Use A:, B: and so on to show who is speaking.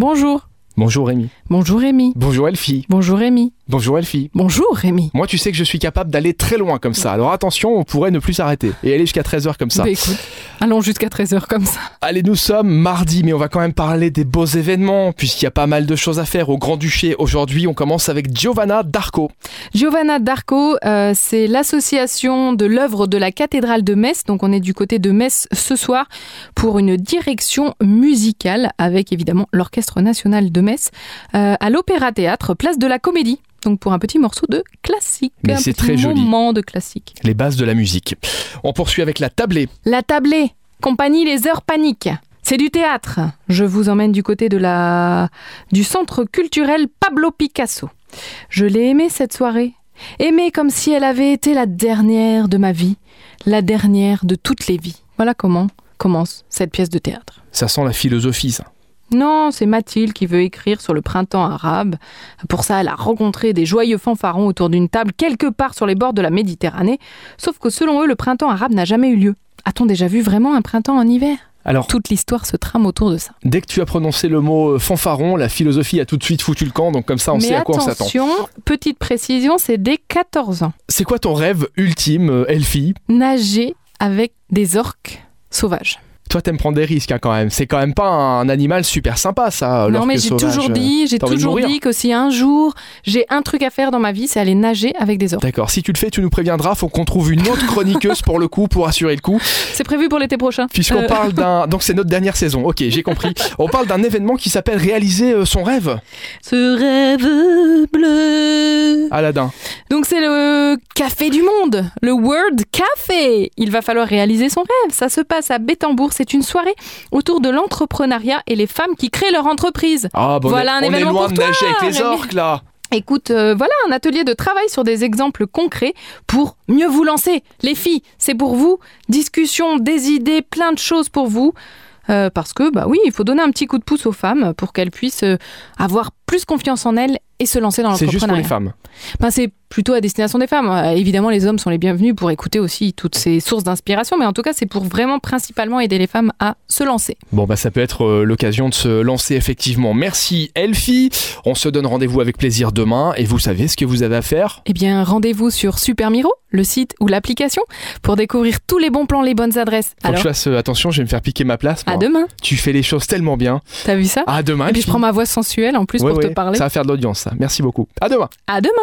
A: Bonjour.
B: Bonjour Rémi.
A: Bonjour Rémi.
B: Bonjour Elfie.
A: Bonjour Rémi.
B: Bonjour Elfie.
A: Bonjour Rémi.
B: Moi, tu sais que je suis capable d'aller très loin comme ça. Alors attention, on pourrait ne plus s'arrêter et aller jusqu'à 13h comme ça.
A: Bah, écoute, allons jusqu'à 13h comme ça.
B: Allez, nous sommes mardi, mais on va quand même parler des beaux événements, puisqu'il y a pas mal de choses à faire au Grand-Duché. Aujourd'hui, on commence avec Giovanna Darco.
A: Giovanna Darco, euh, c'est l'association de l'œuvre de la cathédrale de Metz. Donc on est du côté de Metz ce soir pour une direction musicale avec évidemment l'Orchestre national de Metz euh, à l'Opéra Théâtre, place de la Comédie. Donc pour un petit morceau de classique,
B: Mais
A: un
B: c'est
A: petit
B: très joli.
A: moment de classique.
B: Les bases de la musique. On poursuit avec la tablée.
A: La tablée, compagnie Les Heures Paniques. C'est du théâtre. Je vous emmène du côté de la du centre culturel Pablo Picasso. Je l'ai aimée cette soirée, aimée comme si elle avait été la dernière de ma vie, la dernière de toutes les vies. Voilà comment commence cette pièce de théâtre.
B: Ça sent la philosophie, ça.
A: Non, c'est Mathilde qui veut écrire sur le printemps arabe. Pour ça, elle a rencontré des joyeux fanfarons autour d'une table quelque part sur les bords de la Méditerranée, sauf que selon eux, le printemps arabe n'a jamais eu lieu. A-t-on déjà vu vraiment un printemps en hiver
B: Alors,
A: toute l'histoire se trame autour de ça.
B: dès que tu as prononcé le mot euh, fanfaron, la philosophie a tout de suite foutu le camp, donc comme ça, on
A: Mais
B: sait à quoi on s'attend.
A: attention, petite précision, c'est dès 14 ans.
B: C'est quoi ton rêve ultime, euh, Elfie
A: Nager avec des orques sauvages.
B: Toi, t'aimes prendre des risques hein, quand même. C'est quand même pas un animal super sympa, ça.
A: non
B: Ah, l'orque
A: mais j'ai
B: sauvage,
A: toujours
B: euh.
A: dit, j'ai
B: t'as envie de
A: toujours
B: mourir.
A: dit que si un jour j'ai un truc à faire dans ma vie, c'est aller nager avec des orques.
B: D'accord, si tu le fais, tu nous préviendras, faut qu'on trouve une autre chroniqueuse pour le coup, pour assurer le coup.
A: C'est prévu pour l'été prochain.
B: Puisqu'on
A: Euh,
B: parle d'un. Donc c'est notre dernière saison, ok, j'ai compris. On parle d'un événement qui s'appelle Réaliser euh, son rêve,
A: Ce rêve bleu.
B: Aladdin.
A: Donc c'est le café du monde, le World Café. Il va falloir réaliser son rêve. Ça se passe à Bétambourg. C'est une soirée autour de l'entrepreneuriat et les femmes qui créent leur entreprise.
B: Ah, bon,
A: Voilà un
B: on est, on est
A: événement
B: loin
A: pour
B: de
A: toi,
B: nager avec les
A: Rémi.
B: orques là.
A: Écoute, euh, voilà un atelier de travail sur des exemples concrets pour mieux vous lancer. Les filles, c'est pour vous. Discussion, des idées, plein de choses pour vous. Euh, parce que, bah oui, il faut donner un petit coup de pouce aux femmes pour qu'elles puissent euh, avoir plus confiance en elles et se lancer dans
B: C'est juste pour les
A: l'entrepreneuriat.
B: femmes.
A: Ben, c'est plutôt à destination des femmes. Euh, évidemment, les hommes sont les bienvenus pour écouter aussi toutes ces sources d'inspiration, mais en tout cas, c'est pour vraiment principalement aider les femmes à se lancer.
B: Bon, bah ça peut être euh, l'occasion de se lancer effectivement. Merci Elfie. On se donne rendez-vous avec plaisir demain et vous savez ce que vous avez à faire.
A: Eh bien, rendez-vous sur Super Miro, le site ou l'application, pour découvrir tous les bons plans, les bonnes adresses.
B: Faut que
A: Alors,
B: je fasse euh, attention, je vais me faire piquer ma place.
A: à
B: moi.
A: demain.
B: Tu fais les choses tellement bien.
A: T'as vu ça
B: À demain.
A: Et puis je
B: Elfie.
A: prends ma voix sensuelle en plus
B: Ah, Ouais,
A: pour
B: ouais,
A: te parler.
B: Ça va faire de l'audience, ça. Merci beaucoup. À demain.
A: À demain